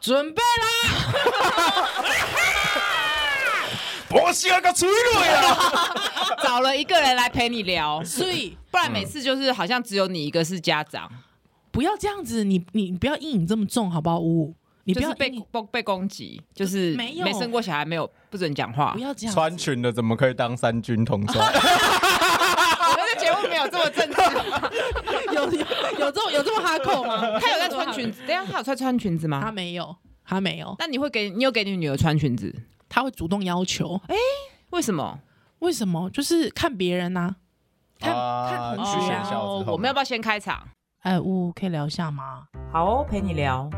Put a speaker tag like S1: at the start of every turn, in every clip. S1: 准备啦！
S2: 我是那个脆弱呀，
S1: 找了一个人来陪你聊，所以不然每次就是好像只有你一个是家长，
S3: 不要这样子，你你你不要阴影这么重，好不好？呜，你不
S1: 就
S3: 要
S1: 是被
S3: 阴影
S1: 被被攻击，就是
S3: 没有
S1: 没生过小孩，没有不准讲话
S3: 不。要这样子
S2: 穿裙的怎么可以当三军统帅？
S1: 我们的节目没有这么正式，
S3: 有有有这种有这么哈扣吗？
S1: 他有在穿裙，子，等一下他有在穿裙子
S3: 他
S1: 吗？
S3: 没有，他没有，
S1: 那你会给你有给你女儿穿裙子？
S3: 他会主动要求。哎，
S1: 为什么？
S3: 为什么？就是看别人呐，看
S2: 啊
S3: 看同
S2: 去
S3: 学
S2: 选
S3: 啊
S2: 校。之后
S1: 哦
S2: 吗
S1: 我们要不要先开场？
S3: 哎，呜，可以聊一下吗？
S1: 好哦，陪你聊。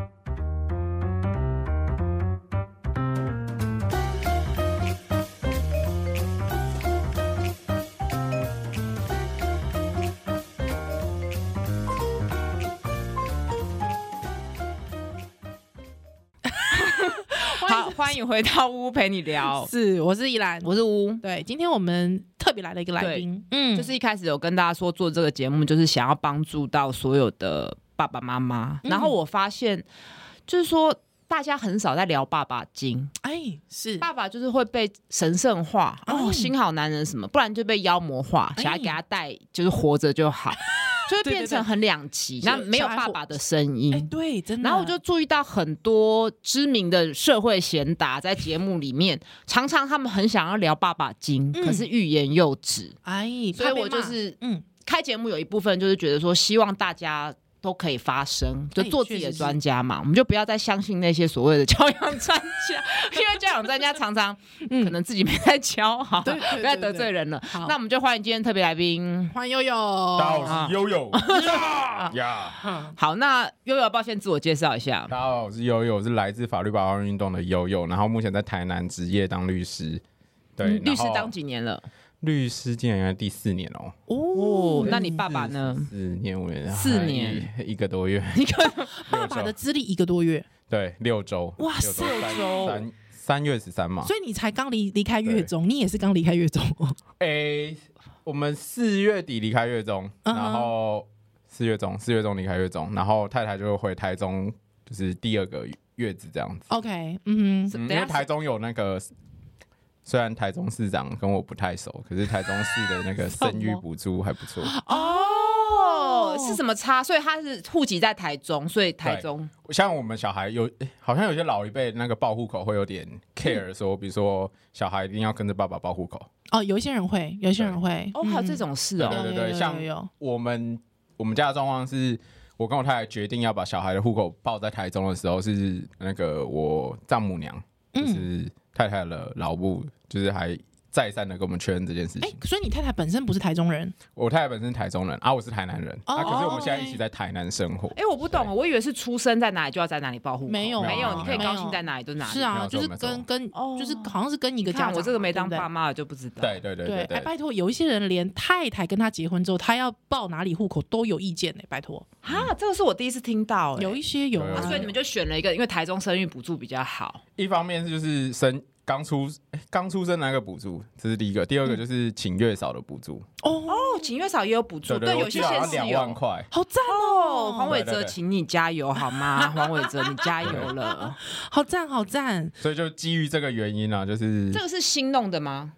S1: 好， 欢迎回到屋陪你聊，
S3: 是，我是依兰，
S1: 我是屋。
S3: 对，今天我们特别来了一个来宾，嗯，
S1: 就是一开始有跟大家说做这个节目，就是想要帮助到所有的爸爸妈妈。
S3: 嗯
S1: 然后我发现，就是说大家很少在聊爸爸经，
S3: 哎，是
S1: 爸爸就是会被神圣化，哦，
S3: 嗯
S1: 新好男人什么，不然就被妖魔化，
S3: 哎
S1: 想要给他带就是活着就 好，就会
S3: 对对
S1: 变成很两极，
S3: 是
S1: 那没有
S3: 小孩
S1: 爸
S3: 活
S1: 爸的声
S3: 哎，
S1: 音。嗯
S3: 对，真的。
S1: 然后我就注意到很多知名的社会贤达在节目里面，常常他们很想要聊爸爸经，
S3: 嗯
S1: 可是欲言又止。
S3: 哎，
S1: 所以
S3: 怕被
S1: 我就
S3: 骂
S1: 是
S3: 嗯，
S1: 开节目有一部分就是觉得说，希望大家都可以发声，就
S3: 哎
S1: 做自己
S3: 确
S1: 的
S3: 实是
S1: 专家嘛。我们就不要再相信那些所谓的教养专家，因为教养专家常常
S3: 嗯
S1: 可能自己没在教，好，
S3: 对对
S1: 不要
S3: 对
S1: 得
S3: 对
S1: 罪人了。
S3: 好
S1: 那我们就欢迎今天特别来宾。
S3: 欢迎悠悠，
S2: 大家好，我是悠悠呀呀，
S1: 好，那悠悠，要不要先自我介绍一下？
S2: 大家好，我是悠悠，我是来自法律保障运动的悠悠，然后目前在台南职业当律师。对，
S1: 嗯律师
S2: 然后
S1: 当几年了？
S2: 律师，今年应该第四年哦。
S1: 哦，那你爸爸呢？
S2: 四年五年，
S1: 四年
S2: 还一一个多月，
S1: 你看，
S3: 爸爸的资历一个多月，
S2: 对，六周，
S3: 哇六
S2: 六三
S3: 周
S2: 三三月十
S1: 啊
S2: 三嘛，
S3: 所以你才刚离离开月中，你也是刚离开月 中哦，
S2: 诶、哎我们四月底离开月中，
S3: 嗯哼
S2: 然后四月中，四月中离开月中，然后太太就回台中，就是第二个月子这样子。
S3: OK，嗯哼，
S1: 等
S2: 嗯、
S1: 一
S2: 因为
S1: 下
S2: 台中有那个，虽然台中市长跟我不太熟，可是台中市的那 个生育补助还不错。
S1: 哦，是什么差？所以他是户籍在台中，所以台
S2: 对
S1: 中
S2: 像我们小孩有，诶好像有些老一辈那个报户口会有点
S1: 嗯
S2: care，说，比如说小孩一定要跟着爸爸报户口。
S3: 哦，有一些人会，有一些人会，
S1: 哦，
S3: 嗯
S1: 还有这，种事哦
S3: 有。
S2: 对对
S3: 有
S2: 对
S3: 有
S2: 像
S3: 有有
S2: 我们我们家的状况是，我跟我太太决定要把小孩的户口报在台中的时候，是那个我丈母娘，就
S3: 嗯，
S2: 是太太的老母，就是还再三的跟我们确认这件事
S3: 哎
S2: 情。，
S3: 所以你太太本身不是台中人，
S2: 我太太本身是台中人啊，我是台南人、
S3: 哦
S2: 啊，可是我们现在
S3: OK
S2: 一起在台南生活。
S1: 哎、我不懂，我以为是出生在哪里就要在哪里报户口，
S3: 没有
S1: 没有，
S2: 啊
S1: 你可以
S2: 没
S3: 有
S1: 高兴在哪里就哪里。
S3: 是
S2: 没
S3: 啊，
S2: 有
S3: 就
S2: 错
S3: 是
S2: 没错
S3: 跟跟
S1: 哦
S3: 就是好像是跟一个
S1: 你
S3: 家
S1: 看
S3: 长，
S1: 我这个没当
S3: 对不对
S1: 爸妈的就不知道。
S2: 对对
S3: 对，
S2: 对对
S3: 哎，
S2: 对
S3: 拜托，有一些人连太太跟他结婚之后，他要报哪里户口都有意见呢，拜托，
S1: 啊，这个是我第一次听到、哎
S3: 有一些有
S2: 哦有
S3: 啊，
S1: 啊，所以你们就选了一个，因为台中生育补助比较好。
S2: 一方面就是生刚出哎刚出生那个补助，这是第一个；第二个就是请月嫂的补助，
S3: 哦，
S1: 哦，请月嫂也有补助，
S2: 对，我
S1: 有些
S2: 记得好
S1: 县
S2: 像
S1: 市
S2: 两万
S1: 有。
S2: 块。
S3: 好赞
S1: 哦，黄
S3: 哦，
S1: 伟
S2: 对对
S1: 哲，
S2: 对
S1: 请你加油好吗？黄伟哲，你加油了。
S3: 好赞，好赞，
S2: 所以就基于这个原因啊，就是
S1: 这个是新弄的吗？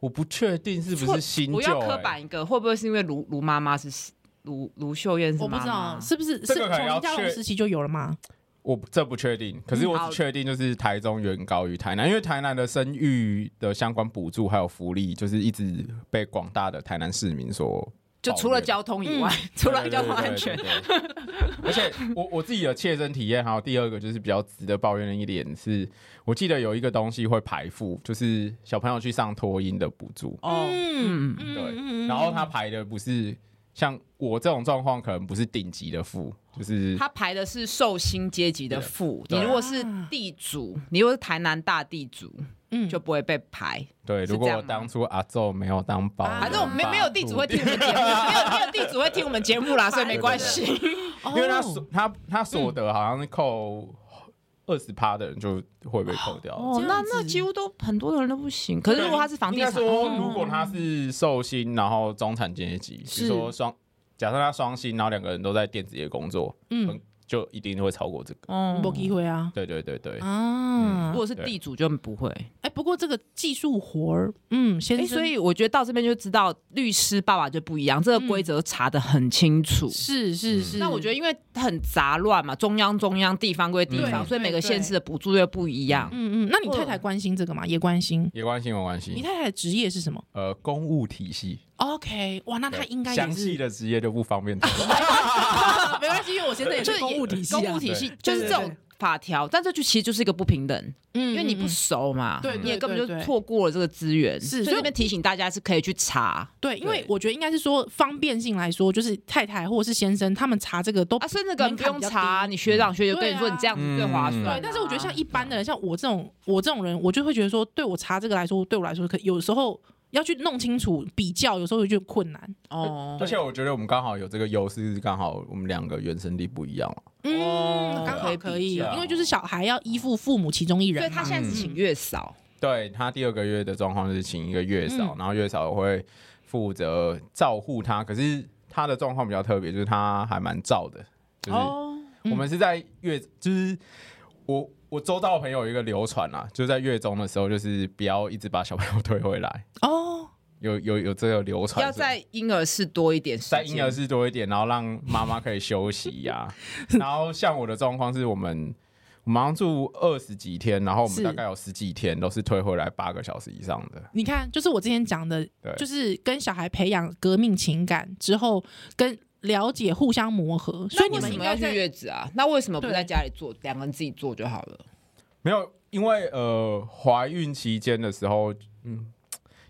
S2: 我不确定是不
S1: 错
S2: 是新旧、
S1: 我要刻
S2: 哎
S1: 板一个，会不会是因为卢卢妈妈是卢卢秀燕是
S3: 我
S1: 妈
S3: 不
S1: 妈？
S3: 知道是不是是
S2: 这个
S3: 从
S2: 可能要
S3: 林家龙
S2: 确
S3: 时期就有了吗？
S2: 我不这不确定，可是
S1: 嗯
S2: 我
S1: 好
S2: 只确定就是台中远高于台南，因为台南的生育的相关补助还有福利，就是一直被广大的台南市民 所
S1: 就除了交通以外， 除了交通安全，。
S2: 对对对对对对 而且我我自己的切身体验，还有第二个就是比较值得抱怨的一点是，我记得有一个东西会排付，就是小朋友去上托婴的补助，
S1: 哦，嗯，
S3: 嗯
S2: 对
S3: 嗯嗯
S2: 然后他排的不是像我这种状况，可能不是顶级的付，就是
S1: 他排的是寿星阶级的富，
S2: 对
S1: 你如果是地主，你如果是台南大地主，
S3: 嗯
S1: 就不会被排。
S2: 对。
S1: 是
S2: 如果
S1: 这样
S2: 我
S1: 吗
S2: 当初阿宙没有当保
S3: 啊
S1: 反
S2: 人
S1: 正我没
S2: 吧
S1: 没有地主会听我们节目，没有没有地主会听我们节目 啦，所以没关系。
S2: 因为他
S3: 哦
S2: 所他他所得好像是扣二十趴的人就会被扣掉。
S1: 哦
S3: 这，
S1: 那
S3: 样子
S1: 那几乎都很多的人都不行。可是如果他是房地产
S2: 应该，说
S1: 哦
S2: 如果他是寿星，然后中产阶级，比
S3: 是
S2: 如说双，假设他双薪，然后两个人都在电子业工作，
S3: 嗯，
S2: 就一定会超过这个。
S1: 哦
S3: 没机会啊
S2: 对对对对，
S3: 啊！
S1: 如
S3: 我
S1: 果是地主就不会。
S3: 哎，不过这个技术活儿，嗯，先
S1: 哎、
S3: 生，
S1: 所以我觉得到这边就知道律师爸爸就不一样，这个规则查的很清楚。
S3: 是是是，
S1: 那我觉得，
S3: 得，
S1: 因为很杂乱嘛，中央中央，地方归地方，
S3: 对
S1: 所以每个
S3: 对
S1: 县
S3: 对
S1: 市的补助又不一样。
S3: 嗯嗯，那你太太关心这个吗？也关心。
S2: 也关系没关
S3: 你
S2: 系。
S3: 太太的职业是什么
S2: 呃，公务体系，
S3: ？OK，哇，
S1: 啊
S3: 那她
S2: 对
S3: 应该
S2: 详
S3: 也
S2: 细
S3: 是，
S2: 的职业就不方便提。
S3: 没关系，因为我现在也
S1: 就是是
S3: 公务体系啊，
S1: 公务体系
S3: 对
S1: 就是
S3: 对
S1: 这种
S3: 对
S1: 法条，但这就其实就是一个不平等，
S3: 嗯，
S1: 因为你
S3: 嗯
S1: 不
S3: 嗯
S1: 熟嘛，
S3: 对
S1: 你也
S3: 对
S1: 根本
S3: 对
S1: 就
S3: 对
S1: 错过了这个资源。
S3: 是
S1: 所
S3: 所以
S1: 以这边提醒大家是可以去查
S3: 对，因为
S2: 对
S3: 我觉得应该是说方便性来说，就是太太或者是先生他们查这个都
S1: 啊，甚至可能
S3: 门
S1: 不
S3: 槛
S1: 用
S3: 比较
S1: 查，
S3: 低
S1: 你学长学姐就
S3: 对
S1: 跟你说
S3: 啊
S1: 你这样子最划算
S2: 嗯
S1: 啊。
S3: 对，但是我觉得像一般的人，像我这种我这种人，我就会觉得说，对我查这个来说，对我来说，可有时候要去弄清楚比较，有时候有点困难。
S1: 哦
S3: 嗯
S2: 而且我觉得我们刚好有这个优势，是刚好我们两个原生地不一样嘛
S1: 哦
S3: 嗯，刚好可
S1: 可
S3: 以，
S1: 以比
S2: 较
S3: 因为就是小孩要依附父母其中一
S1: 所以
S3: 人嘛
S1: 他。现在只请月嫂，
S2: 对他第二个月的状况就是请一个月
S1: 嗯
S2: 嫂，然后月嫂会负责照护他。可是他的状况比较特别，就是他还蛮照的，就是
S1: 哦，
S2: 我们是在月，就是我我周遭的朋友有一个流传啦，就在月中的时候，就是不要一直把小朋友推回来，
S3: 哦，
S2: 有有有这个流传，
S1: 要在婴儿室多一点时
S2: 在
S1: 间，
S2: 婴儿室多一点，然后让妈妈可以休息 呀、然后像我的状况是我们。我们好像住二十几天，然后我们
S3: 是
S2: 大概有十几天都是推回来八个小时以上的。
S3: 你看，就是我之前讲的，
S2: 对，
S3: 就是跟小孩培养革命情感之后，跟了解互相磨合，所以你
S1: 为
S3: 们
S1: 什
S3: 应
S1: 么
S3: 该
S1: 要去
S3: 在
S1: 月子啊？那为什么不
S3: 对
S1: 在家里做，两个人自己做就好了？
S2: 没有，因为呃，怀孕期间的时候，嗯，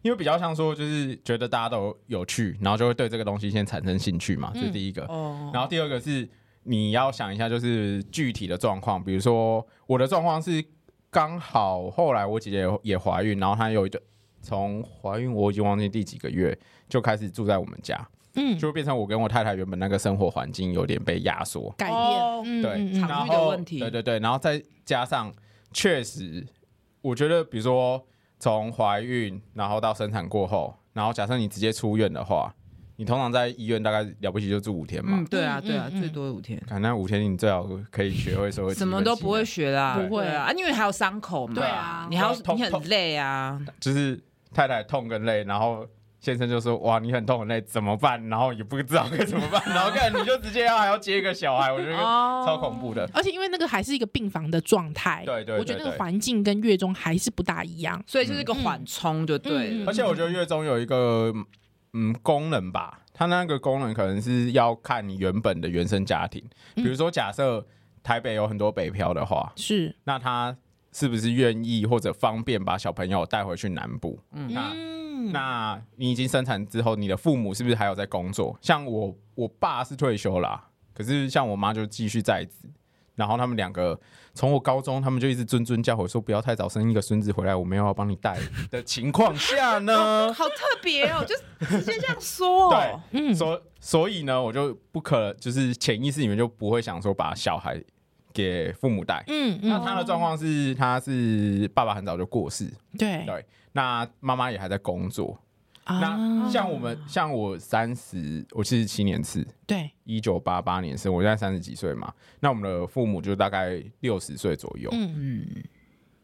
S2: 因为比较像说，就是觉得大家都有趣，然后就会对这个东西先产生兴趣嘛，这是第一个。
S1: 哦，
S2: 然后第二个是你要想一下，就是具体的状况，比如说我的状况是刚好后来我姐姐也也怀孕，然后她有一个从怀孕我已经忘记第几个月就开始住在我们家，
S3: 嗯
S2: 就会变成我跟我太太原本那个生活环境有点被压缩。
S3: 改
S1: 哦
S3: 变，嗯
S2: 对，
S3: 嗯嗯
S1: 场
S2: 然
S1: 域的
S2: 后
S1: 问题
S2: 对对对，然后再加上确实，我觉得比如说从怀孕然后到生产过后，然后假设你直接出院的话，你通常在医院大概了不起就住五天嘛
S1: 嗯，，对啊，对啊，
S3: 嗯嗯
S1: 最多五天。
S2: 看、那五天你最好可以学会所有
S1: 什么都不会
S2: 基
S1: 学啦，
S3: 不会
S1: 对啊，啊因为还有伤口嘛，
S3: 对啊
S1: 你还要
S2: 痛
S1: 你
S2: 痛
S1: 很累啊，
S2: 本技能，就是太太痛跟累，然后。先生就说：“哇，你很痛很累，怎么办？”然后也不知道该怎么办，然后看你就直接要还要接一个小孩，我觉得
S1: 哦
S2: 超恐怖的。
S3: 而且因为那个还是一个病房的状态，
S2: 对对对
S3: 我觉得那
S2: 对
S3: 个环境跟月中还是不大一样。
S1: 所以就是一个缓冲就
S3: 嗯
S1: 对
S3: 嗯嗯
S1: 了。
S2: 而且我觉得月中有一个嗯功能吧，它那个功能可能是要看你原本的原生家庭，比如说假设台北有很多北漂的话，
S3: 是，
S2: 那他是不是愿意或者方便把小朋友带回去南部？那
S3: 嗯，
S2: 那你已经生产之后，你的父母是不是还有在工作？像我，我爸是退休啦、可是像我妈就继续在职。然后他们两个从我高中，他们就一直谆谆教诲说不要太早生一个孙子回来，我没有要帮你带的情况下呢，
S1: 好特别 哦，就直接这样说
S2: 嗯对
S1: 哦。
S3: 嗯
S2: 所所以呢，我就不可就是潜意识里面就不会想说把小孩给父母带。
S3: 嗯
S2: 那
S3: 嗯，
S2: 他的状况是，他是爸爸很早就过世，
S3: 对
S2: 对，那妈妈也还在工作。那
S3: 啊，
S2: 像我们，像我三十，我七十七年次，
S3: 对，
S2: 一九八八年生，我现在三十几岁嘛。那我们的父母就大概六十岁左右。
S3: 嗯
S1: 嗯，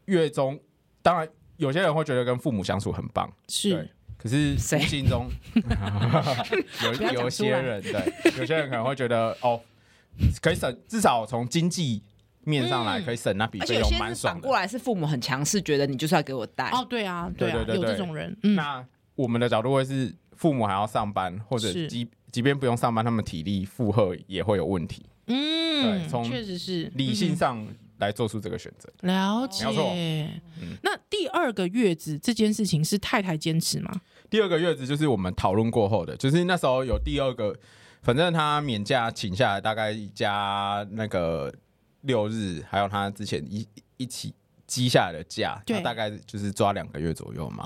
S2: 月中，当然有些人会觉得跟父母相处很棒，对
S3: 是，，
S2: 可是
S1: 谁
S2: 无形中
S3: 不要
S2: 有
S3: 讲
S2: 有
S3: 出
S2: 些
S3: 来
S2: 人对，有些人可能会觉得哦，可以省，至少从经济面上来
S3: 嗯
S2: 可以省那笔
S1: 而且
S2: 费
S1: 有
S2: 用，
S1: 些
S2: 蛮
S1: 是反
S2: 爽的
S1: 过。来是父母很强势，觉得你就是要给我带。
S3: 哦，对啊，对
S2: 对
S3: 啊，
S2: 对对
S3: 有这
S2: 对
S3: 种人，嗯，
S2: 那我们的角度会是父母还要上班，或者
S3: 是
S2: 即即便不用上班，他们体力负荷也会有问题。
S3: 嗯
S2: 对，从
S3: 确实是
S2: 理性
S3: 嗯
S2: 上来做出这个选择，
S3: 了解
S2: 没有错。
S3: 嗯那第二个月子这件事情是太太坚持吗？
S2: 第二个月子就是我们讨论过后的，就是那时候有第二个，反正他免假请下来大概加那个六日，还有他之前一一起积下来的假，
S3: 对
S2: 他大概就是抓两个月左右嘛。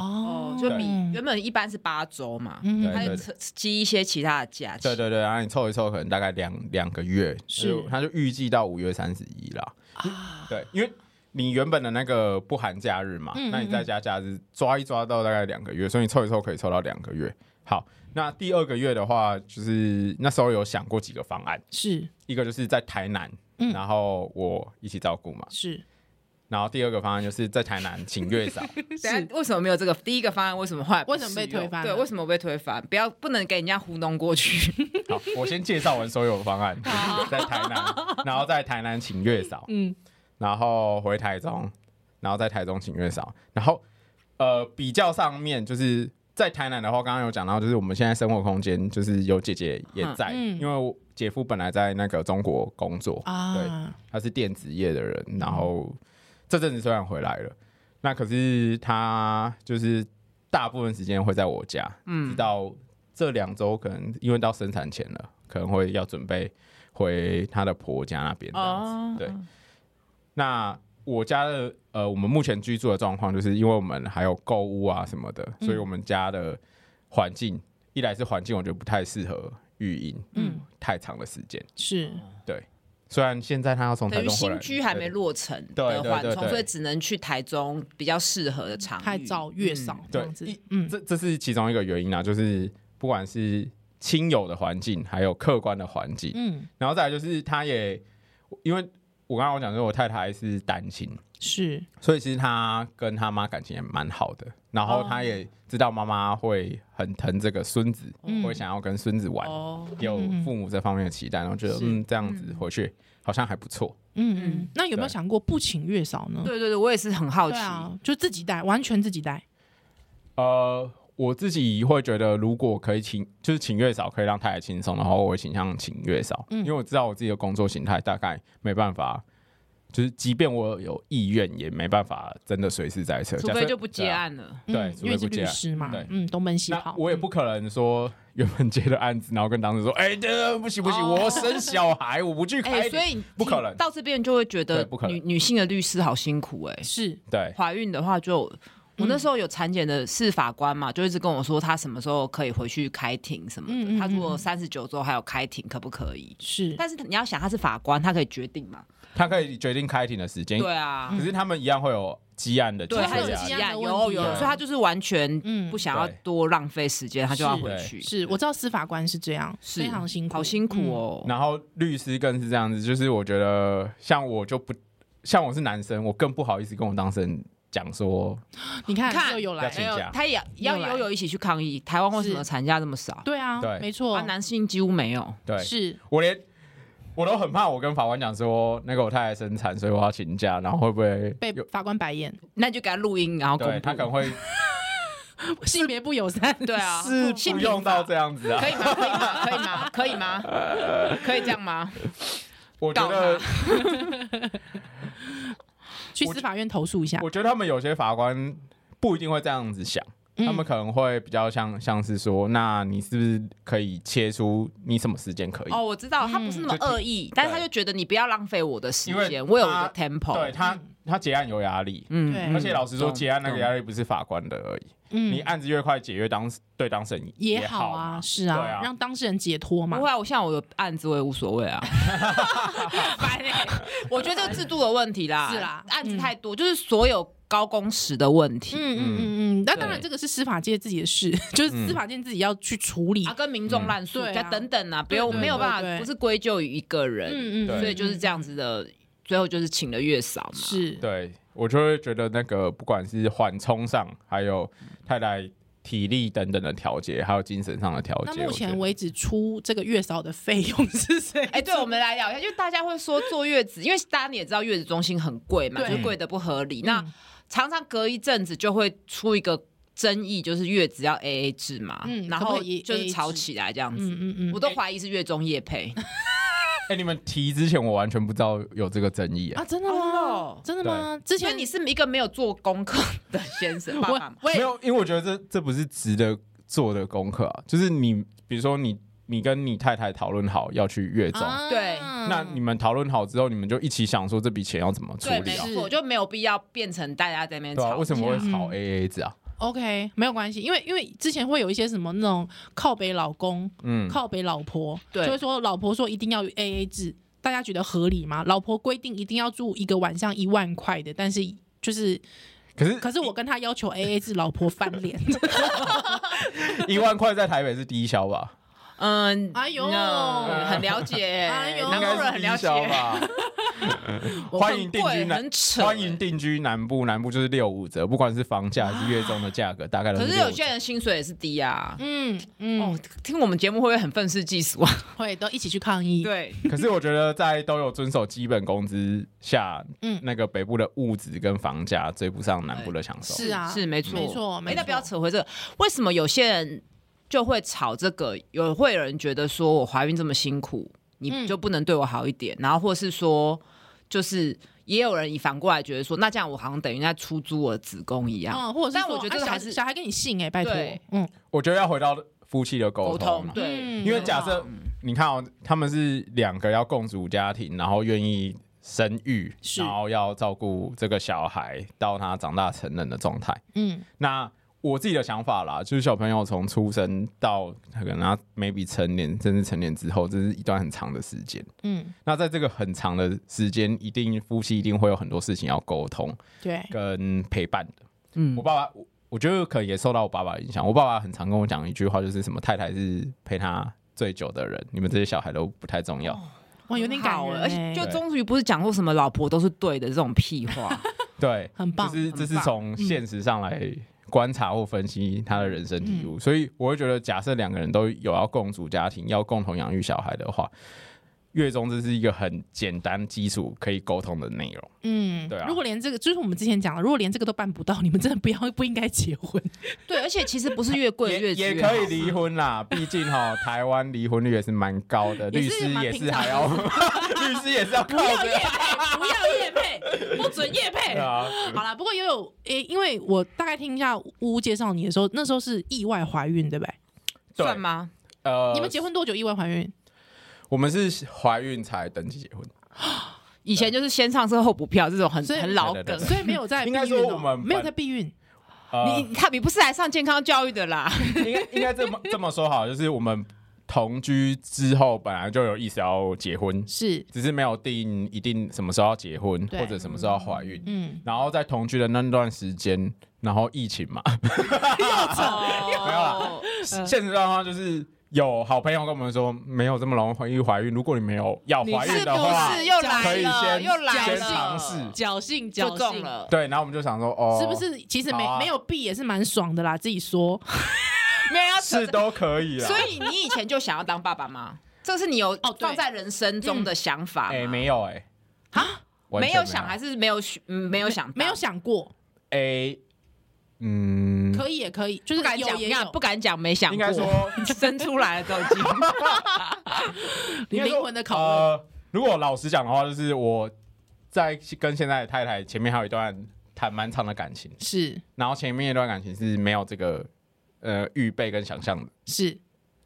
S3: 哦，
S1: 哦就比
S3: 嗯
S1: 原本一般是八周嘛，
S3: 嗯
S2: 对
S1: 他就
S2: 对
S1: 积一些其他的假期。
S2: 对对对，然后你凑一凑，可能大概两两个月，
S3: 是
S2: 就他就预计到五月三十一啦。
S3: 啊，
S2: 对，因为你原本的那个不含假日嘛，
S3: 嗯嗯
S2: 那你再加假日抓一抓到大概两个月，所以你凑一凑可以凑到两个月。好，那第二个月的话，就是那时候有想过几个方案，
S3: 是
S2: 一个就是在台南，
S3: 嗯
S2: 然后我一起照顾嘛。
S3: 是
S2: 然后第二个方案就是在台南请月嫂，
S1: 等一下为什么没有这个？第一个方案为什么后来不
S3: 为什么被
S1: 适用
S3: 推翻
S1: 对，
S3: 了
S1: 为什么被推翻？不要不能给人家糊弄过去。
S2: 好，我先介绍完所有方案，就是 在台南，然后在台南请月嫂，
S3: 嗯，
S2: 然后回台中，然后在台中请月嫂，然后呃比较上面就是在台南的话，刚刚有讲到，就是我们现在生活空间就是有姐姐也在，
S3: 嗯嗯
S2: 因为我姐夫本来在那个中国工作，
S3: 啊，
S2: 他是电子业的人，然后这阵子虽然回来了，那可是他就是大部分时间会在我家，直
S1: 嗯，
S2: 到这两周可能因为到生产前了，可能会要准备回她的婆家那边这样子。
S1: 哦
S2: 对，那我家的呃，我们目前居住的状况，就是因为我们还有购物啊什么的，
S3: 嗯
S2: 所以我们家的环境，一来是环境我觉得不太适合育婴
S3: 嗯，
S2: 太长的时间。
S3: 是
S2: 虽然现在他要从台
S1: 等于
S2: 中回来，
S1: 新居还没
S2: 对
S1: 落成
S2: 对
S1: 的
S2: 对
S1: 缓
S2: 对
S1: 冲，
S2: 对
S1: 所以只能去台中比较适合的场域。
S3: 太早月嫂
S1: 嗯
S3: 这
S2: 对
S3: 样子
S2: 一，
S3: 嗯，
S2: 这这是其中一个原因啊，就是不管是亲友的环境，还有客观的环境，
S3: 嗯，
S2: 然后再来就是他也，因为我刚刚我讲说我太太是单亲，
S3: 是
S2: 所以其实她跟她妈感情也蛮好的，然后
S3: 哦
S2: 她也知道妈妈会很疼这个孙子，
S3: 嗯
S2: 会想要跟孙子玩，
S3: 哦，
S2: 有
S3: 嗯嗯
S2: 父母这方面的期待，然后觉得
S1: 是
S2: 嗯这样子回去好像还不错。
S3: 嗯嗯，那有没有
S2: 对
S3: 想过不请月嫂 呢？
S1: 对对对，我也是很好奇
S3: 对。啊，就自己带，完全自己带，
S2: 呃，我自己会觉得如果可以请，就是请月嫂可以让太太轻松的话，我会倾向请月嫂，
S3: 嗯
S2: 因为我知道我自己的工作形态大概没办法。就是，即便我有意愿，也没办法真的随时在车，
S1: 除
S2: 假
S1: 非
S2: 设
S1: 就不接
S2: 对啊
S1: 案了，
S2: 对
S3: 嗯
S2: 除非
S3: 因为是
S2: 不接
S3: 律
S2: 案
S3: 师嘛
S2: 对，
S3: 嗯，东奔西
S2: 那
S3: 跑，
S2: 我也不可能说原本接的案子，然后跟当时说，哎、这不行不行，
S1: 哦
S2: 我生小孩，我不去
S1: 哎、
S2: 开庭。
S1: 所以
S2: 啊不可能
S1: 你到这边就会觉得
S2: 对不可能
S1: 女女性的律师好辛苦哎、
S3: 嗯是
S2: 对，
S1: 怀孕的话就，
S3: 嗯
S1: 我那时候有产检的是法官嘛，就一直跟我说他什么时候可以回去开庭什么的。
S3: 嗯嗯嗯
S1: 他如果三十九周还有开庭，可不可以？
S3: 是，
S1: 但是你要想，他是法官，他可以决定嘛？
S2: 他可以决定开庭的时间，
S1: 对啊
S2: 可，是他们一样会有积案的机
S1: 对，
S3: 就是
S1: 还有
S2: 会
S3: 有
S2: 啊
S1: 积
S3: 积
S1: 案
S3: 案
S1: 有
S3: 的
S1: 有
S3: 问题
S1: 有，
S3: 啊
S1: 所以他就是完全
S3: 嗯
S1: 不想要
S2: 对
S1: 多浪费时间，他就要回去。
S3: 是我知道司法官是这样，
S1: 是
S3: 非常辛苦，
S1: 好辛苦哦。
S2: 然后律师更是这样子，就是我觉得像我就不，像我是男生，我更不好意思跟我当事人讲说，
S3: 嗯。你看
S1: 看
S3: 又有
S2: 要
S3: 来
S2: 请，
S1: 没有
S2: 假，
S1: 他也要
S3: 又来
S1: 悠悠一起去抗议。台湾为什么
S3: 是
S1: 产假这么少？
S3: 对啊，
S2: 对
S3: 没错
S1: 啊，，男性几乎没有。
S2: 对
S3: 是
S2: 我连我都很怕，我跟法官讲说，那个我太太生产，所以我要请假，然后会不会
S3: 被
S2: 有？
S3: 法官白 眼，
S1: 那就给他录音，然后公
S2: 对
S1: 布。
S2: 他可能会
S3: 性别不友善，
S1: 对啊，
S2: 是
S1: 性
S2: 不
S1: 平
S2: 用到
S1: 法
S2: 这样子啊
S1: 可，以吗？可以 吗？可以吗？可以吗？可以这样吗？
S2: 我觉得
S1: 告
S3: 去司法院投诉一下，
S2: 我觉得他们有些法官不一定会这样子想，
S3: 嗯
S2: 他们可能会比较像像是说，那你是不是可以切出你什么时间可以？
S1: 哦，我知道，他不是那么恶
S2: 嗯
S1: 意，但是他就觉得你不要浪费我的时间，我有我的 tempo。
S2: 对他，他结案有压力。
S1: 嗯
S3: 对
S2: 而且老实说，结案那个压
S1: 力，
S2: 力不是法官的而已，你
S3: 啊嗯，
S2: 案子越快解越当对当事人
S3: 也
S2: 好
S3: 好
S2: 嘛
S3: 啊，是
S2: 对
S3: 啊
S2: 啊，
S3: 让当事人解脱嘛
S1: 不，会啊，我像我有案子我也无所 谓啊。烦欸我觉得这个制度的问题啦，嗯
S3: 是啦
S1: 案子太多，就是所有高工时的问
S3: 嗯
S1: 题。
S3: 嗯嗯嗯，那
S1: 对
S3: 当然这个是司法界自己的事，就是司
S2: 嗯
S3: 法界自己要去处理
S1: 啊，，跟民众滥诉，
S3: 嗯对
S1: 再
S3: 啊
S1: 等等啊，不
S3: 对
S1: 用
S3: 对
S1: 没有办
S3: 对
S1: 法，
S3: 对
S1: 不是归咎于一个人，
S3: 嗯嗯，
S2: 对
S1: 所以就是这样子的，最后就是请了月嫂嘛。
S3: 是，
S2: 对我就会觉得那个不管是缓冲上，还有太太体力等等的调节，还有精神上的调
S3: 那
S2: 节，
S3: 目
S2: 我觉得
S3: 前为止出这个月嫂的费用是谁？
S1: 哎、对，我们来聊一下，就大家会说坐月子，因 为大家也知道月子中心很贵嘛，
S3: 对嗯
S1: 就贵的不合理。 那常常隔一阵子就会出一个争议，就是月子要 A A 制嘛，
S3: 嗯
S1: 然
S3: 可不
S1: 后
S3: 可以
S1: 就是
S3: AA
S1: 吵
S3: 制
S1: 起来这样子。
S3: 嗯嗯嗯，
S1: 我都怀疑是月中夜配，
S2: 哎、你们提之前我完全不知道有这个争议啊
S3: 啊，，真的
S1: 哦真的
S3: 吗
S1: 哦？
S3: 真的吗？之
S1: 所以
S3: 前
S1: 你是一个没有做功课的先生爸爸
S3: 我
S1: 嘛？
S3: 我
S2: 没
S3: 也
S2: 有，因为我觉得这这不是值得做的功课啊。就是你，比如说你，你跟你太太讨论好要去月中，
S3: 啊
S1: 对
S2: 那你们讨论好之后，你们就一起想说这笔钱要怎么处
S1: 对，
S2: 理
S1: 没
S2: 啊？
S3: 是
S1: 错，就没有必要变成大家在那边
S2: 对啊，
S1: 吵
S2: 为。什么会吵
S3: 嗯
S2: AA 制啊？
S3: OK 没有关系，因为因为之前会有一些什么那种靠北老公、
S2: 嗯，
S3: 靠北老婆，
S1: 对
S3: 就会说老婆说一定要 AA 制，大家觉得合理吗？老婆规定一定要住一个晚上一万块的，但是就是
S2: 可是
S3: 可是我跟他要求 AA 制，老婆翻 脸。
S2: 一万块在台北是低消吧？
S1: 嗯，
S3: 哎呦
S1: 嗯很了解，
S3: 哎呦
S1: 南
S2: 应
S1: 部
S2: 该是
S1: 人哦很
S2: 低
S1: 了解
S2: 消。吧？
S1: 我
S2: 欢迎定居
S1: 很贵
S2: 南
S1: 很 扯欸
S2: 欢迎定居南部，南部就是六五折，不管是房价还是月中的价格，大概都
S1: 可是
S2: 六
S1: 有
S2: 五折
S1: 些人薪水也是低啊。
S3: 嗯嗯，
S1: 哦，听我们节目会不会很愤世嫉 俗啊？
S3: 会都一起去抗议。，
S1: 对，
S2: 可是我觉得在都有遵守基本工资下，
S3: 嗯
S2: 那个北部的物质跟房价追不上南部的享受。
S3: 是啊，
S1: 嗯是没错，
S3: 没错
S1: 哎
S3: 没错
S1: 那不要扯回这个，为什么有些人就会吵这个？有会有人觉得说我怀孕这么辛苦，你
S3: 嗯
S1: 就不能对我好一点？然后或是说，就是也有人以反过来觉得说，那这样我好像等于在出租我的子宫一样。
S3: 嗯，或者是
S1: 但
S3: 说
S1: 我觉
S3: 啊
S1: 得这个
S3: 小
S1: 还是
S3: 小孩跟你姓哎，拜托
S1: 对，
S3: 嗯，
S2: 我觉得要回到夫妻的沟
S1: 沟
S2: 通
S1: 通
S2: 啊，
S1: 对，
S3: 嗯
S2: 因为假设你看哦，他们是两个要共组家庭，然后愿意生育，
S3: 是
S2: 然后要照顾这个小孩到他长大成人的状态。
S3: 嗯
S2: 那我自己的想法啦，就是小朋友从出生到可能他 maybe 成年，甚至成年之后，这是一段很长的时间。
S3: 嗯，
S2: 那在这个很长的时间，一定夫妻一定会有很多事情要沟通
S3: 对，
S2: 跟陪伴的。
S1: 嗯
S2: 我，爸爸，我我觉得可能也受到我爸爸的影响。我爸爸很常跟我讲一句话，就是什么太太是陪他最久的人，你们这些小孩都不太重
S3: 哦
S2: 要。
S3: 哇，有点感
S1: 好
S3: 人
S1: 欸
S3: 欸，
S1: 而且就
S2: 对
S1: 终于不是讲过什么老婆都是对的这种屁话，
S2: 对，
S3: 很棒
S2: 就是
S1: 棒
S2: 这是从现实上来观察或分析他的人生体
S3: 嗯
S2: 悟，所以我会觉得，假设两个人都有要共组家庭，要共同养育小孩的话。月中这是一个很简单基础可以沟通的内容，
S3: 嗯，
S2: 对啊
S3: 如果连这个，就是我们之前讲的，如果连这个都办不到，你们真的不要不应该结 婚。
S1: 对，而且其实不是越贵
S2: 也
S1: 越值
S2: 也
S1: 越
S2: 可以
S1: 好
S2: 离婚啦。 毕竟哈，台湾离婚率也是蛮高的，
S3: 也
S2: 律
S3: 是
S2: 师
S3: 蛮
S2: 也
S3: 平
S2: 是
S3: 常
S2: 还
S3: 的
S2: 要，律师也是要 靠着
S3: 不要叶配，不准叶配
S2: 对啊，
S3: 好啦，不过也有诶、因为我大概听一下呜呜介绍你的时候，那时候是意外怀孕，对不对？
S2: 对
S1: 算吗？
S2: 呃，
S3: 你们结婚多久意外怀孕？
S2: 我们是怀孕才登记结婚，
S1: 以前就是先上车后补票这种很
S3: 所以
S1: 很老
S2: 对对
S1: 梗
S2: 对，
S3: 所以没有在避
S2: 应
S3: 孕、哦，
S2: 该说我们
S3: 没有在避孕，
S2: 呃
S1: 你他你不是来上健康教育的啦，
S2: 应该应该这么这么说好，就是我们同居之后本来就有意思要结婚，
S3: 是
S2: 只是没有定一定什么时候要结婚
S3: 对
S2: 或者什么时候要怀孕。
S3: 嗯，
S2: 然后在同居的那段时间，然后疫情嘛， 没有啦
S1: 哦，
S2: 现实状况就是有好朋友跟我们说，没有这么容易怀孕。如果你没有要怀孕
S1: 是
S2: 的
S1: 不
S2: 话，
S1: 是又来
S2: 可以
S1: 了
S2: 先
S1: 呃又来了，
S2: 先尝试
S3: 侥幸侥
S1: 就
S3: 幸
S1: 中，了。
S2: 对，然后我们就想说，哦，
S3: 是不是？其实没、
S2: 好啊
S3: 没有避也是蛮爽的啦，自己说。
S1: 没有要扯
S2: 是啊都可以啦？
S1: 所以你以前就想要当爸爸吗？这是你有
S3: 哦对
S1: 放在人生中的想法吗？
S2: 哎、没有哎、啊，
S1: 没有想还是没有选嗯没有想到
S3: 没有想过，
S2: 哎、嗯，
S3: 可以也可以，就是
S1: 不敢
S3: 有
S1: 讲，
S3: 也
S1: 你看
S3: 有，
S1: 不敢讲没想过，
S2: 应该说
S1: 生出来了都已 经
S2: 应该
S3: 灵
S2: 说
S3: 魂的拷问。
S2: 呃，如果老实讲的话，就是我在跟现在的太太前面还有一段谈蛮长的感情，
S3: 是
S2: 然后前面一段感情是没有这个呃预备跟想象的，
S3: 是，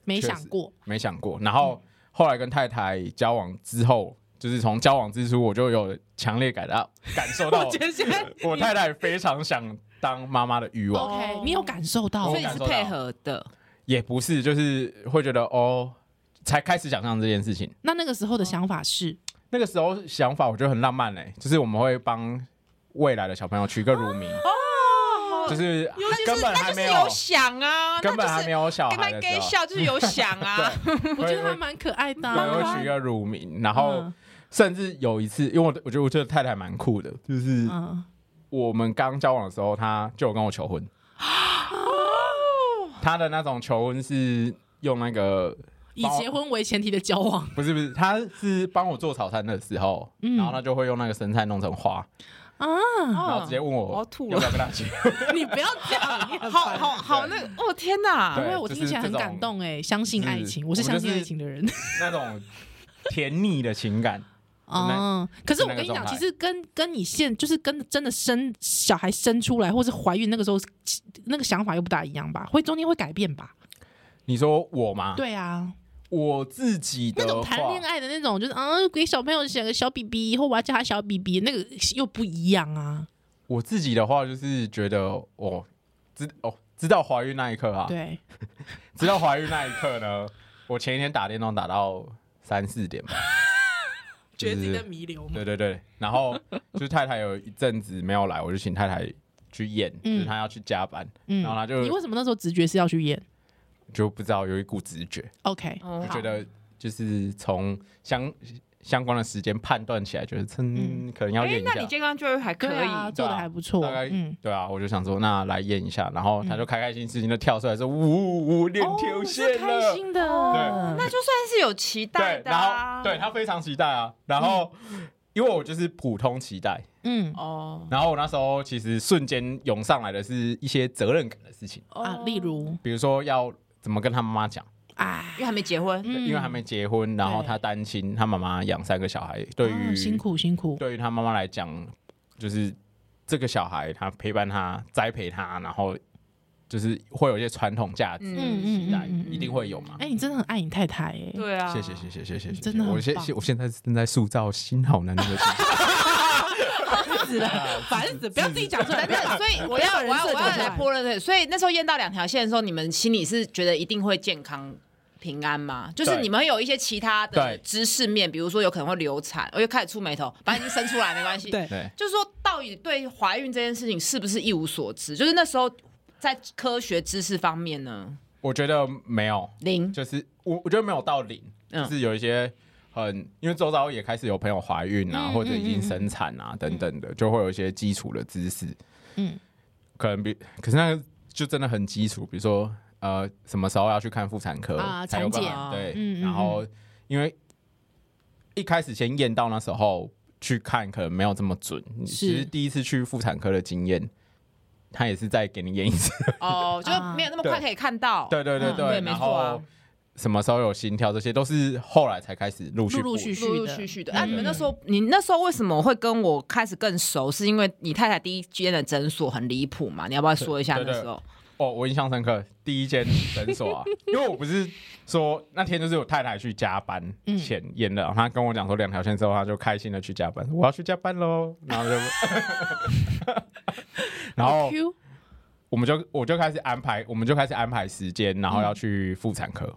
S3: 没
S2: 确
S3: 想
S2: 实
S3: 过，
S2: 没想过。然
S1: 嗯
S2: 后后来跟太太交往之后，就是从交往之初，我就有强烈感到感受 到
S1: 得现在
S2: 我太太非常想当妈妈的欲望，
S3: OK，你有感受到
S2: 我有
S1: 所以
S2: 感
S1: 你是
S2: 受到
S1: 配合的，
S2: 也不是就是会觉得哦，才开始想象这件事情。
S3: 那那个时候的想法是，
S2: 那个时候想法我觉得很浪漫嘞、就是我们会帮未来的小朋友取个乳名，
S1: 哦
S2: 就是根本还
S1: 那就
S2: 没
S1: 是有想啊，
S2: 根本还没
S1: 有
S2: 有小
S1: 跟
S2: 孩
S1: 他
S2: 的
S1: 给
S2: 时候，
S1: 笑就是有想 啊，
S3: 我觉得还
S2: 会
S3: 蛮可爱的啊、
S2: 对会取个乳名，然后
S3: 嗯
S2: 甚至有一次，因为我我觉得我觉得太太蛮酷的，就是
S3: 嗯，
S2: 我们刚交往的时候，她就有跟我求婚，她的那种求婚是用那个
S3: 以结婚为前提的交往，
S2: 不是不是，她是帮我做早餐的时候，
S3: 嗯
S2: 然后她就会用那个生菜弄成花，然后直接问
S1: 我要
S2: 我
S1: 吐了
S2: 要不要跟她结婚。
S3: 哦 你不要这样，你很
S1: 好
S3: 烦
S1: 好好，那个哦天哪
S2: 对，
S3: 因为我听起来很感动哎、相信爱情，
S2: 是
S3: 我是相信
S2: 我们就是
S3: 爱情的人。
S2: 那种甜腻的情感，
S3: 哦，可是我跟你
S2: 那
S3: 讲，
S2: 个状态
S3: 其实跟跟你现就是跟真的生小孩生出来或是怀孕那个时候那个想法又不大一样吧？会中间会改变吧？
S2: 你说我吗？，
S3: 对啊，
S2: 我自己
S3: 那
S2: 的
S3: 种
S2: 话
S3: 谈，恋爱的那种，就是嗯，给小朋友写个小 BB，以后我要叫他小 BB，那个又不一样啊。
S2: 我自己的话就是觉得哦，知哦，知道怀孕那一刻啊，
S3: 对，
S2: 知道怀孕那一刻呢， 我前一天打电动打到三四点 吧，就是
S3: 弥留嘛。
S2: 对对对，然后就是太太有一阵子没有来，我就请太太去验，
S3: 嗯
S2: 就是她要去加班，
S3: 嗯
S2: 然后她
S3: 你
S2: 就
S3: 为什么那时候直觉是要去演
S2: 就不知道有一股直觉，
S3: 哦？OK，
S1: 我
S2: 我觉得就是从相相关的时间判断起来，觉得嗯，
S3: 嗯
S2: 可能要验一
S1: 哎那你
S2: 下。
S1: 健康教育还可
S3: 对
S1: 以，
S3: 啊，做的还不错
S2: 大概，
S3: 嗯，
S2: 对啊，我就想说，那来验一下，然后他就开开心心的跳出来说，呜呜，练
S3: 哦
S2: 条
S3: 是
S2: 线
S3: 开
S2: 了，
S3: 心的，
S2: 对
S3: 嗯
S1: 那就算是有期待
S2: 对，
S1: 的、
S2: 然
S1: 啊
S2: 后对他非常期待啊，然后因为我就是普通期待，
S3: 嗯
S1: 哦，
S2: 然后我那时候其实瞬间涌上来的是一些责任感的事情，
S1: 哦
S3: 啊，例如
S2: 比如说要怎么跟他妈妈讲，
S3: 啊
S1: 因为，还没结婚，
S3: 嗯
S2: 因为还没结婚，然后
S3: 对
S2: 他单亲，他妈妈养三个小孩，对于
S3: 啊辛苦辛苦，
S2: 对于他妈妈来讲，就是这个小孩，他陪伴他、栽培他，然后就是会有一些传统价值
S1: 嗯
S2: 期待，
S3: 嗯嗯嗯
S2: 一定会有嘛。
S3: 哎，你真的很爱你太太哎，
S1: 对啊，
S2: 谢谢谢谢谢谢谢谢，
S3: 真的很
S2: 我现
S3: 棒
S2: 现我现在正在塑造新好男人的 形象
S3: 死了，烦死，不要自己讲出 来，
S1: 等
S3: 不要
S1: 等，所以我要我
S3: 不要把人设
S1: 要我要
S3: 讲出来
S1: 来泼了对，所以那时候验到两条线的时候，你们心里是觉得一定会健康平安吗？就是
S2: 对
S1: 你们有一些其他的
S2: 对
S1: 知识面，比如说有可能会流产，我又开始触眉头，反正已经生出来没关系。
S3: 对，
S2: 对。
S1: 就是说到底对怀孕这件事情是不是一无所知？就是那时候在科学知识方面呢，
S2: 我觉得没有，
S1: 零
S2: 就是我我觉得没有到零，
S1: 嗯
S2: 就是有一些很，因为周遭也开始有朋友怀孕啊，
S3: 嗯
S2: 或者已经生产啊、等等的，就会有一些基础的知识，
S3: 嗯，
S2: 可能比可是那个就真的很基础，比如说呃什么时候要去看妇产科
S3: 啊
S2: 才有办法
S1: 产检
S2: 对，
S3: 嗯嗯嗯
S2: 然后因为一开始先验到那时候去看，可能没有这么准，其实第一次去妇产科的经验。他也是再给你验一次，
S1: 哦，就没有那么快
S2: 对
S1: 可以看到。
S2: 对对对
S1: 嗯
S2: 对，
S1: 没
S2: 然
S1: 错
S2: 后
S1: 啊，
S2: 什么时候有心跳，这些都是后来才开始陆续
S3: 陆陆
S2: 补
S3: 续续
S1: 陆陆
S3: 的
S1: 续续的。
S3: 嗯
S1: 那、你们那时候，你那时候为什么会跟我开始更熟？是因为你太太第一间的诊所很离谱嘛？你要不要说一下
S2: 对
S1: 那
S2: 对
S1: 时候？
S2: 哦，我印象深刻，第一间诊所啊，因为我不是说那天就是我太太去加班前验的，然后她跟我讲说两条线之后，她就开心的去加班，我要去加班喽，然后就， 然后
S3: Q
S2: 我们就我就开始安排，我们就开始安排时间，然后要去妇产科。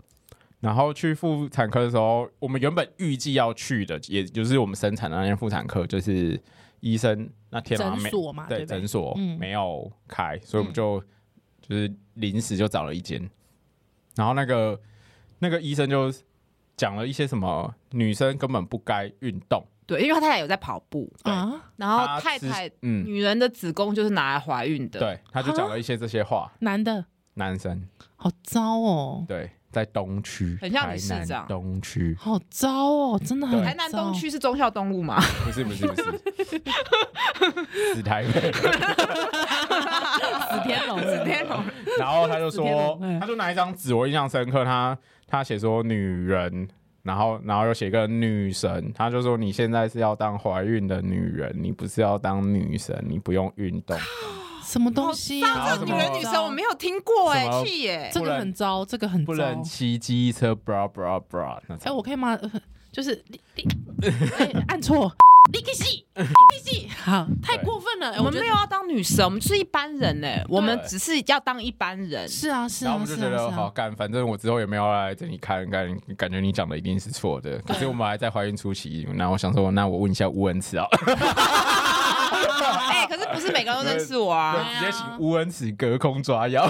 S2: 然后去妇产科的时候，我们原本预计要去的，也就是我们生产的那间妇产科，就是医生那天好像没
S3: 诊所嘛，
S2: 对
S3: 对不对
S2: 诊？所
S3: 嗯
S2: 没有开，所以我们就、就是临时就找了一间，然后那个那个医生就讲了一些什么女生根本不该运动，
S1: 对，因为他太太有在跑步，
S2: 对
S3: 啊，
S1: 然后
S2: 她
S1: 太
S2: 只
S1: 太、
S2: 嗯，
S1: 女人的子宫就是拿来怀孕的。，
S2: 对，他就讲了一些这些话，
S3: 男的
S2: 男生
S3: 好糟哦，，
S2: 对，在东区，
S1: 很像你市
S2: 台南
S1: 长
S2: 东区
S3: 好糟哦，真的很
S2: 对
S1: 台南东
S3: 糟
S1: 区是忠孝东路嘛？
S2: 不是不是不是， 死台北。
S3: 死天龙，，
S1: 是天龙
S2: 然后他就说
S3: 嗯
S2: 他就拿一张纸，我印象深刻，他他写说女人，然后然后又写个女神，他就说你现在是要当怀孕的女人，你不是要当女神，你不用运
S3: 啊
S2: 动，
S3: 什么东西
S1: 上
S3: 啊？
S1: 次
S2: 这
S1: 女
S2: 个
S1: 人女神我没有听过哎、
S2: 什么
S1: 气耶、
S3: 这个很糟，这个很
S2: 不能
S3: 糟。
S2: 骑机车，bra bra bra 那
S3: 哎，
S2: 种。
S3: 我可以吗？呃 就是你你 哎按错，你可以洗，你可以洗，好，太过分了。哎
S1: 我们没
S3: 觉
S1: 有要当女神，我们就是一般人哎、我们只是要当一般人
S3: 得。是啊是
S2: 然后我
S3: 啊
S2: 们就是觉
S3: 啊
S2: 得
S3: 是
S2: 好
S3: 啊，
S2: 干，反正我之后也没有要来这里看，感感觉你讲的一定是错的。可是我们还在怀孕初期，那我想说，那我问一下吴恩慈啊，啊
S1: 哎、可是不是每个人都认识我啊？
S2: 直接请吴恩慈隔空抓药。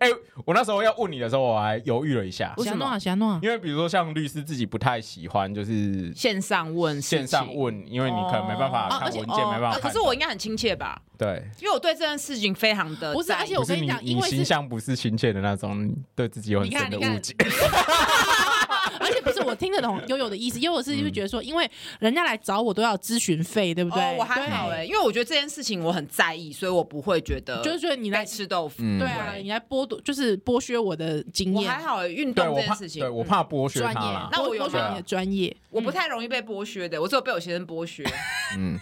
S2: 哎，我那时候要问你的时候，我还犹豫了一下，
S3: 喜诺啊喜 诺啊，
S2: 因为比如说像律师自己不太喜欢，就是
S1: 线上问事情，
S2: 线上问，因为你可能没办法
S1: 啊
S2: 看
S1: 而且
S2: 文件，没办法
S1: 呃
S2: 看。
S1: 可是我应该很亲切吧？
S2: 对，
S1: 因为我对这件事情非常的
S3: 不是
S1: 在意
S3: 而且
S2: 不
S3: 我
S2: 是
S3: 跟你
S2: 你
S3: 讲因
S2: 你
S3: 为是
S2: 形象不是亲切的那种，你对自己有很
S1: 你看
S2: 深的
S1: 你看
S2: 误解。
S3: 而且不是我听得懂悠悠的意思，悠悠是
S2: 嗯
S3: 就觉得说，因为人家来找我都要有咨询费，对不对？
S1: 哦，我还好
S3: 对
S2: 嗯
S1: 哎、因为我觉得这件事情我很在意，所以我不会觉得
S3: 就是觉得你
S1: 在
S3: 来，
S1: 吃豆腐。
S2: 嗯
S3: 对啊，你来剥夺，就是剥削我的经
S1: 我
S3: 验
S1: 还，好哎、运
S2: 对
S1: 动
S2: 我
S1: 这件
S2: 怕，
S1: 事情，
S2: 对我
S1: 嗯
S2: 怕剥削
S3: 专
S2: 他
S3: 业
S2: 啦，。啊
S1: 那我有
S3: 剥削你的专业，
S1: 我不太容易被剥削的，我只有被我学生剥削。
S2: 嗯，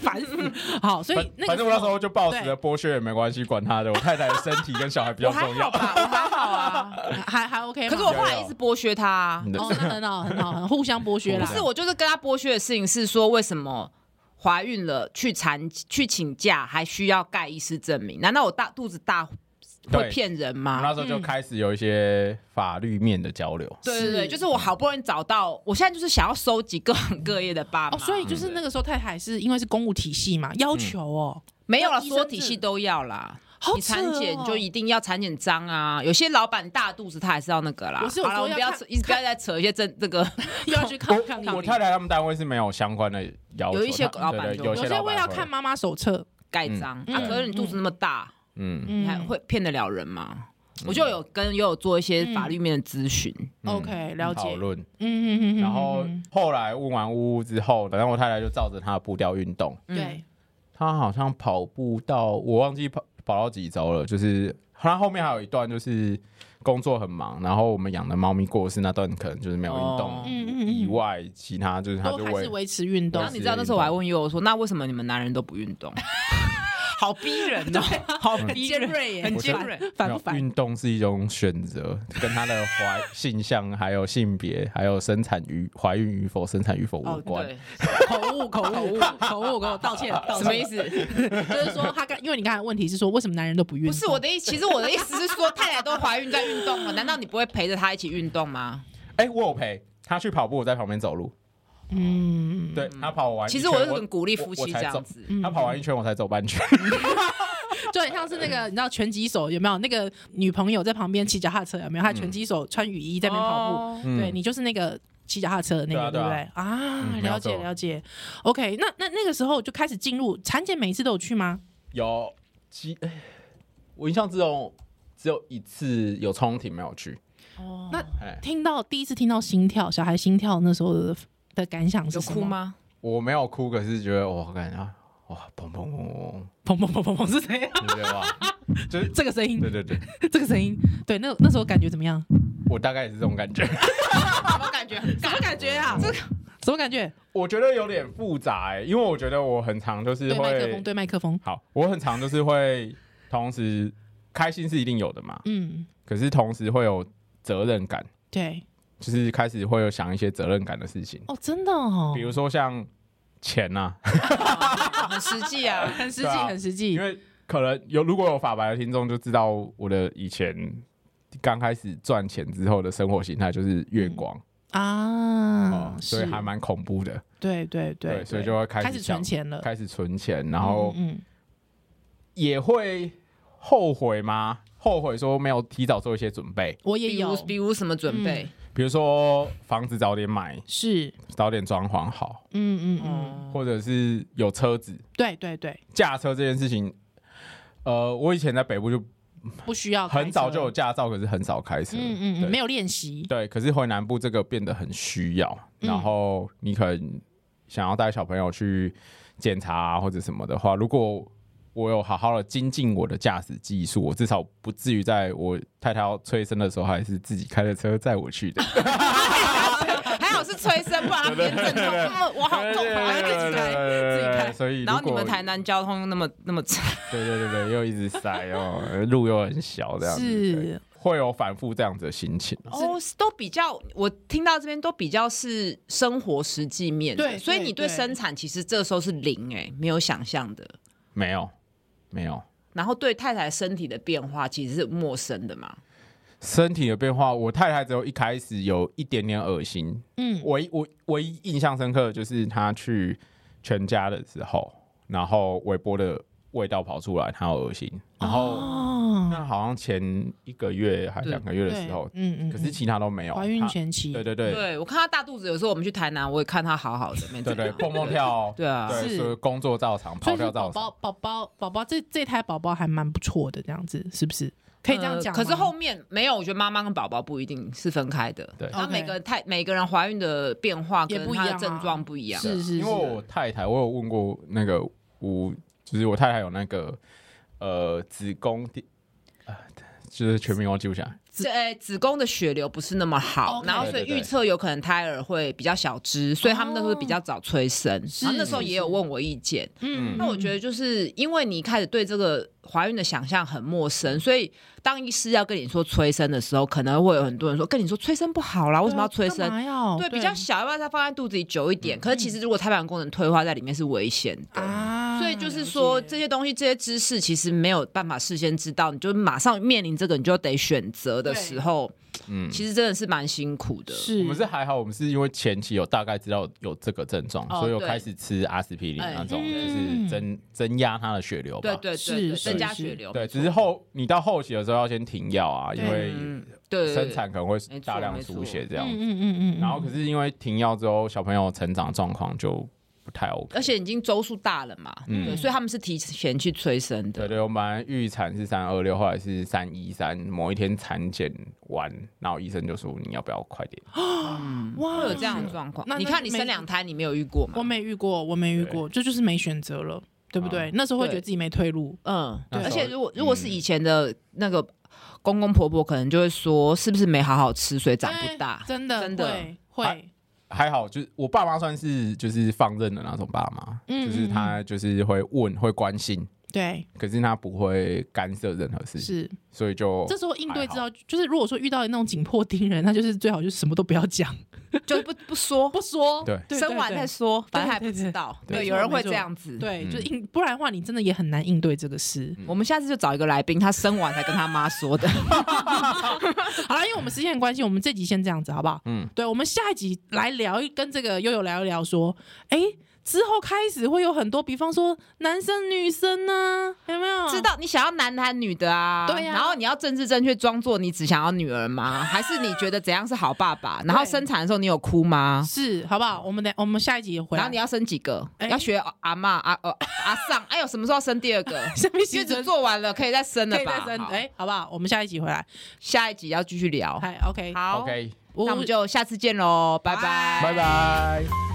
S3: 烦死。好，所以
S2: 反
S3: 那个
S2: 反正我那时候就抱持
S3: 对
S2: 着剥削也没关系，管他的，我太太的身体跟小孩比较
S1: 我还
S2: 重
S1: 好
S2: 要。
S1: 吧，我 还好啊。
S3: 还还 OK，吗
S1: 可是我后来一直剥削他、啊
S2: 你，的
S3: 哦，那很好很好，很互相剥削
S1: 不
S3: 啦。
S1: 是我就是跟他剥削的事情是说为什么。怀孕了去产去请假还需要盖医师证明？难道我大肚子大会
S2: 对
S1: 骗人
S2: 我
S1: 吗？
S2: 那时候就开始有一些法律面的交流。
S1: 对对对，
S3: 是
S1: 就是我好不容易找到，我现在就是想要收集各行各业的爸妈，
S3: 哦，所以就是那个时候太太是因为是公务体系嘛，要求哦，
S1: 没有了，
S3: 医生
S1: 所有体系都要啦。
S3: 好
S1: 你
S3: 扯
S1: 产检
S3: 哦
S1: 就一定要产检章啊，有些老板大肚子他还是要那个啦。
S3: 我是有
S1: 好了，
S3: 说
S1: 我们不
S3: 要
S1: 要
S3: 看
S1: 扯一直不要再扯一些这这个
S3: 又 要去 看看看
S2: 我我太太他们单位是没有相关的要求，
S1: 有一些
S2: 他
S1: 老板
S2: 对对有
S1: 有
S3: 有些
S2: 老
S3: 会
S2: 板
S3: 要看
S2: 会？
S3: 妈妈手册，
S1: 盖章
S3: 嗯
S1: 啊，可是你肚子那么大，
S2: 嗯，
S1: 你还
S3: 嗯
S1: 会骗得了人吗？我就有跟也有做一些
S3: 嗯
S1: 法律面的咨询，
S2: 嗯
S3: ，OK，了
S2: 讨
S3: 解，
S2: 论。
S3: 嗯嗯嗯，
S2: 然后
S3: 嗯
S2: 后来问完呜呜之后，然后我太太就照着她的步调运动，
S1: 嗯
S3: 对，
S2: 她好像跑步到我忘记跑跑到几周了，就是她后面还有一段就是工作很忙，然后我们养的猫咪过世那段可能就是没有运动、
S1: 哦
S3: 嗯嗯
S2: 以
S3: 嗯，
S2: 外，其他就是她
S3: 都
S2: 就
S3: 还是
S2: 会
S3: 维持运动
S2: 都
S1: 然后
S2: 是
S1: 你知道那时候我还问悠悠说，那为什么你们男人都不运动？ 好逼人 哦，好逼
S3: 尖
S1: 人，
S3: 锐耶，
S1: 很
S2: 我觉
S1: 尖
S2: 得
S1: 锐。
S3: 烦
S2: 没
S3: 不
S2: 有
S3: 烦？
S2: 运动是一种选 择，跟她的怀性向、还有性别、还有生产与怀孕与否、生产与否无
S3: 哦
S2: 关。
S1: 对，
S3: 口误，口误，口误，给我道 歉，道歉。
S1: 什么意思？
S3: 就是说他刚，因为你刚才的问题是说为什么男人都不运动？
S1: 不是我的意，其实我的意思是说，太太都怀孕在运动了，难道你不会陪着她一起运动吗？
S2: 哎、我有陪她去跑步，我在旁边走路。
S3: 嗯，
S2: 对她跑完一
S1: 其
S2: 圈，
S1: 实我是
S2: 我
S1: 很鼓励
S2: 我
S1: 夫妻
S2: 我
S1: 这
S2: 才走
S1: 样子。
S3: 嗯
S2: 她跑完一圈，我才走半圈。
S3: 就很像是那个你知道拳击手有没有？那个女朋友在旁边骑脚踏车有没有？她拳击手穿雨衣在那边跑
S1: 哦
S3: 步，对你就是那个骑脚踏车的那个，
S2: 嗯对
S3: 对
S2: 啊
S3: 不
S2: 对
S3: 对？啊，
S2: 嗯
S3: 了
S2: 没
S3: 解
S2: 有错
S3: 了解。OK，那那那个时候就开始进入产检，每一次都有去吗？
S2: 有几，哎我印象只有只有一次有冲庭没有去，
S3: 哦，那
S1: 那
S2: 哎，
S3: 听到第一次听到心跳，小孩心跳那时候的的感想是
S1: 有
S3: 什
S1: 哭
S3: 么？
S1: 吗？
S2: 我没有哭，可是觉得哇，感觉啊哇，砰砰砰
S3: 砰砰砰砰砰是谁 啊？
S2: 砰砰，就觉得哇，就是
S3: 这个声音
S2: 对，对对，
S3: 这个声音，对，那那时候感觉怎么样？
S2: 我大概也是这种感觉，
S1: 什么感觉？
S3: 什么感觉 啊？这个什么感觉？
S2: 我觉得有点复杂、欸，因为我觉得我很常就是
S3: 对麦克风，
S2: 会，
S3: 对麦克风，
S2: 好，我很常就是会同时开心是一定有的嘛，
S3: 嗯，
S2: 可是同时会有责任感，
S3: 对，
S2: 就是开始会有想一些责任感的事情，
S3: 哦，真的哦，
S2: 比如说像钱呐、
S3: 嗯
S2: 啊。
S1: 很实际啊，
S3: 很实际，
S2: 对啊
S3: 很实际
S2: 因，为可能有如果有法白的听众就知道我的以前刚开始赚钱之后的生活形态就是月光
S3: 啊
S2: 哦，，所以
S3: 是，
S2: 还蛮恐怖的。
S3: 对对对
S2: 所以就会开始
S3: 开始存钱嗯了，
S2: 开始存钱，然后
S3: 嗯，嗯
S2: 也会后悔吗？后悔说没有提早做一些准备，
S3: 我也
S1: 比
S3: 有
S1: 如，比如什么准备？
S2: 比如说房子早点买，
S3: 是，
S2: 早点装潢好，
S3: 嗯嗯嗯，
S1: 嗯，
S2: 或者是有车子
S3: 对对对，
S2: 驾车这件事情。呃，我以前在北部就
S3: 不需要开车，哦
S2: 很早就有驾照，可是很少开车。
S3: 嗯，嗯
S2: 对
S3: 嗯，没有练习，
S2: 对，可是回南部这个变得很需要，
S3: 嗯
S2: 然后你可能想要带小朋友去检查、啊、或者什么的话，如果我有好好的精进我的驾驶技术，我至少不至于在我太太要催生的时候，还是自己开着车载我去的。
S1: 啊还好是催生，不然他偏阵痛，嗯我好痛，我要自己来。
S3: 自己开
S2: 所以如
S1: 然后你
S2: 果
S1: 们台南交通那么那么 差，
S2: 对对对对，又一直塞哦，路又很小，这样子对
S3: 是，
S2: 会有反复这样子的心情。
S1: 哦，都比较，我听到这边都比较是生活实际面的，
S3: 对
S1: 所以你对
S3: 对对
S1: 生产其实这时候是零哎、没有想象的，
S2: 没有，没有。
S1: 然后对太太身体的变化其实是陌生的嘛，
S2: 身体的变化，我太太只有一开始有一点点恶心，
S3: 嗯，
S2: 唯我唯一印象深刻的就是她去全家的时候，然后微波的味道跑出来，她有恶心，然后、
S3: 哦，
S2: 那好像前一个月还
S1: 对
S2: 两个月的时候
S3: 对，嗯嗯，
S2: 可是
S3: 嗯
S2: 其他都没有，
S3: 怀孕
S2: 她
S3: 前期，
S2: 对对对
S1: 对我看她大肚子，有时候我们去台南，我也看她好好的，没
S2: 对
S1: 怎
S2: 对，
S1: 样
S2: 蹦蹦，跳，
S1: 对啊，
S2: 对，
S3: 是
S2: 所以工作照常，
S3: 所
S2: 跑
S3: 以
S2: 跳
S3: 是宝
S2: 照常，
S3: 宝宝宝宝宝这这胎宝宝还蛮不错的，这样子是不是？可以这样
S1: 呃
S3: 讲吗、
S1: 可是后面没有，我觉得妈妈跟宝宝不一定是分开的。
S2: 对
S1: 然后
S3: OK
S1: 每个太每个人怀孕的变化
S3: 也
S1: 跟
S3: 不一
S1: 她
S3: 样啊
S1: 的症状不一样。
S3: 是是
S2: 因为我太太，我有问过那个我，就是我太太有那个呃子宫的，呃，就是全名忘记不下来。
S1: 子呃子宫的血流不是那么好，
S3: 哦 OK
S1: 然后所
S2: 对
S1: 以
S2: 对对
S1: 预测有可能胎儿会比较小只，所以他们那时候
S3: 哦
S1: 比较早催生。然后那时候也有问我意见，
S3: 嗯，
S1: 那我觉得就是因为你一开始对这个怀孕的想象很陌生，所以当医师要跟你说催生的时候，可能会有很多人说跟你说催生不好啦，为什么要催生？
S3: 啊干嘛哦要
S1: 对，比较小，要不要再放在肚子里久一点？可是其实如果胎盘功能退化在里面是危险的。
S3: 啊，
S1: 所以就是说，
S3: 了解
S1: 这些东西、这些知识其实没有办法事先知道，你就马上面临这个，你就得选择的时候，
S2: 嗯，
S1: 其实真的是蛮辛苦的。
S3: 是，
S2: 我们是还好，我们是因为前期有大概知道有这个症状，
S1: 哦
S2: 所以有
S1: 对
S2: 开始吃阿司匹林
S1: 哎
S2: 那种，
S3: 嗯
S2: 就是增增压它的血流吧。
S1: 对对对
S3: 是
S1: 对，增加
S3: 是
S1: 血流。
S2: 对，
S1: 没错
S2: 只是后你到后期的时候要先停药啊，因
S3: 对
S2: 为
S1: 嗯对对对
S2: 生产可能会
S1: 没错
S2: 大量
S1: 没错
S2: 出血这
S3: 嗯
S2: 样子。
S3: 嗯嗯嗯，
S2: 然后可是因为停药之后，小朋友成长状况就不太 OK。
S1: 而且已经周数大了嘛，
S2: 嗯
S1: 对，所以他们是提前去催生
S2: 对
S1: 的。
S2: 对，我们本来预产是三二六，后来是三一三。某一天产检完，然后医生就说你要不要快 点？嗯
S3: 哇，
S1: 会有这样的状况
S3: 那，
S1: 你
S3: 那
S1: 看你
S3: 没
S1: 生两胎，你没有遇过吗
S3: 我？没遇过，我没遇过，这就是没选择了，对不
S2: 嗯
S3: 对？那时候会
S1: 对
S3: 觉得自己没退路，
S1: 嗯，
S2: 那
S1: 而
S2: 时候
S1: 且如果如果是
S2: 嗯
S1: 以前的那个公公婆婆，可能就会说是不是没好好吃，所以长
S3: 哎
S1: 不大。
S3: 真的
S1: 真的
S3: 会会
S2: 哎还好，就是我爸妈算是就是放任的那种爸妈，
S3: 嗯
S2: 就是他就是会问会关心，
S3: 对，
S2: 可是他不会干涉任何事情，
S3: 是
S2: 所以就
S3: 这时候应对之
S2: 嗯哦还好
S3: 道，就是如果说遇到那种紧迫盯人，那就是最好就是什么都不要讲，
S1: 就是不不说，
S3: 不说，
S2: 对
S3: 对
S1: 生完再说，反正还不知道。
S2: 对对对
S1: 对，
S3: 没
S1: 有
S3: 错
S1: 人会这
S3: 没错
S1: 样子。，
S3: 对，
S2: 嗯
S3: 就是应，不然的话你真的也很难应对这个事。
S1: 我们下次就找一个来宾，他生完才跟他妈 说的。
S3: 好了，因为我们时间的关系，我们这集先这样子好不好？
S2: 嗯，
S3: 对，我们下一集来聊一跟这个悠悠聊一聊，说，哎，之后开始会有很多，比方说男生女生呢、有没有？
S1: 知道你想要男的还是女的啊？
S3: 对啊
S1: 然后你要政治正确，装作你只想要女儿吗？还是你觉得怎样是好爸爸？然后生产的时候你有哭
S2: 啊
S1: 吗？
S3: 是好不好？我们等我们下一集回来。
S1: 然后你要生几个？
S3: 啊哎
S1: 要学阿妈阿呃阿上？哎呦，什么时候生第二 个？
S3: 下面
S1: 月
S3: 新
S1: 子
S3: 增
S1: 做完了，可以再生了
S3: 可以再
S1: 吧？
S3: 生，
S1: 好
S3: 哎、好不好？我们下一集回来。哎
S1: 下一集要继续聊。
S3: 嗨，OK，
S1: 好
S2: OK，
S1: 那我们就下次见喽，拜
S3: 拜
S1: 拜。
S2: 拜拜。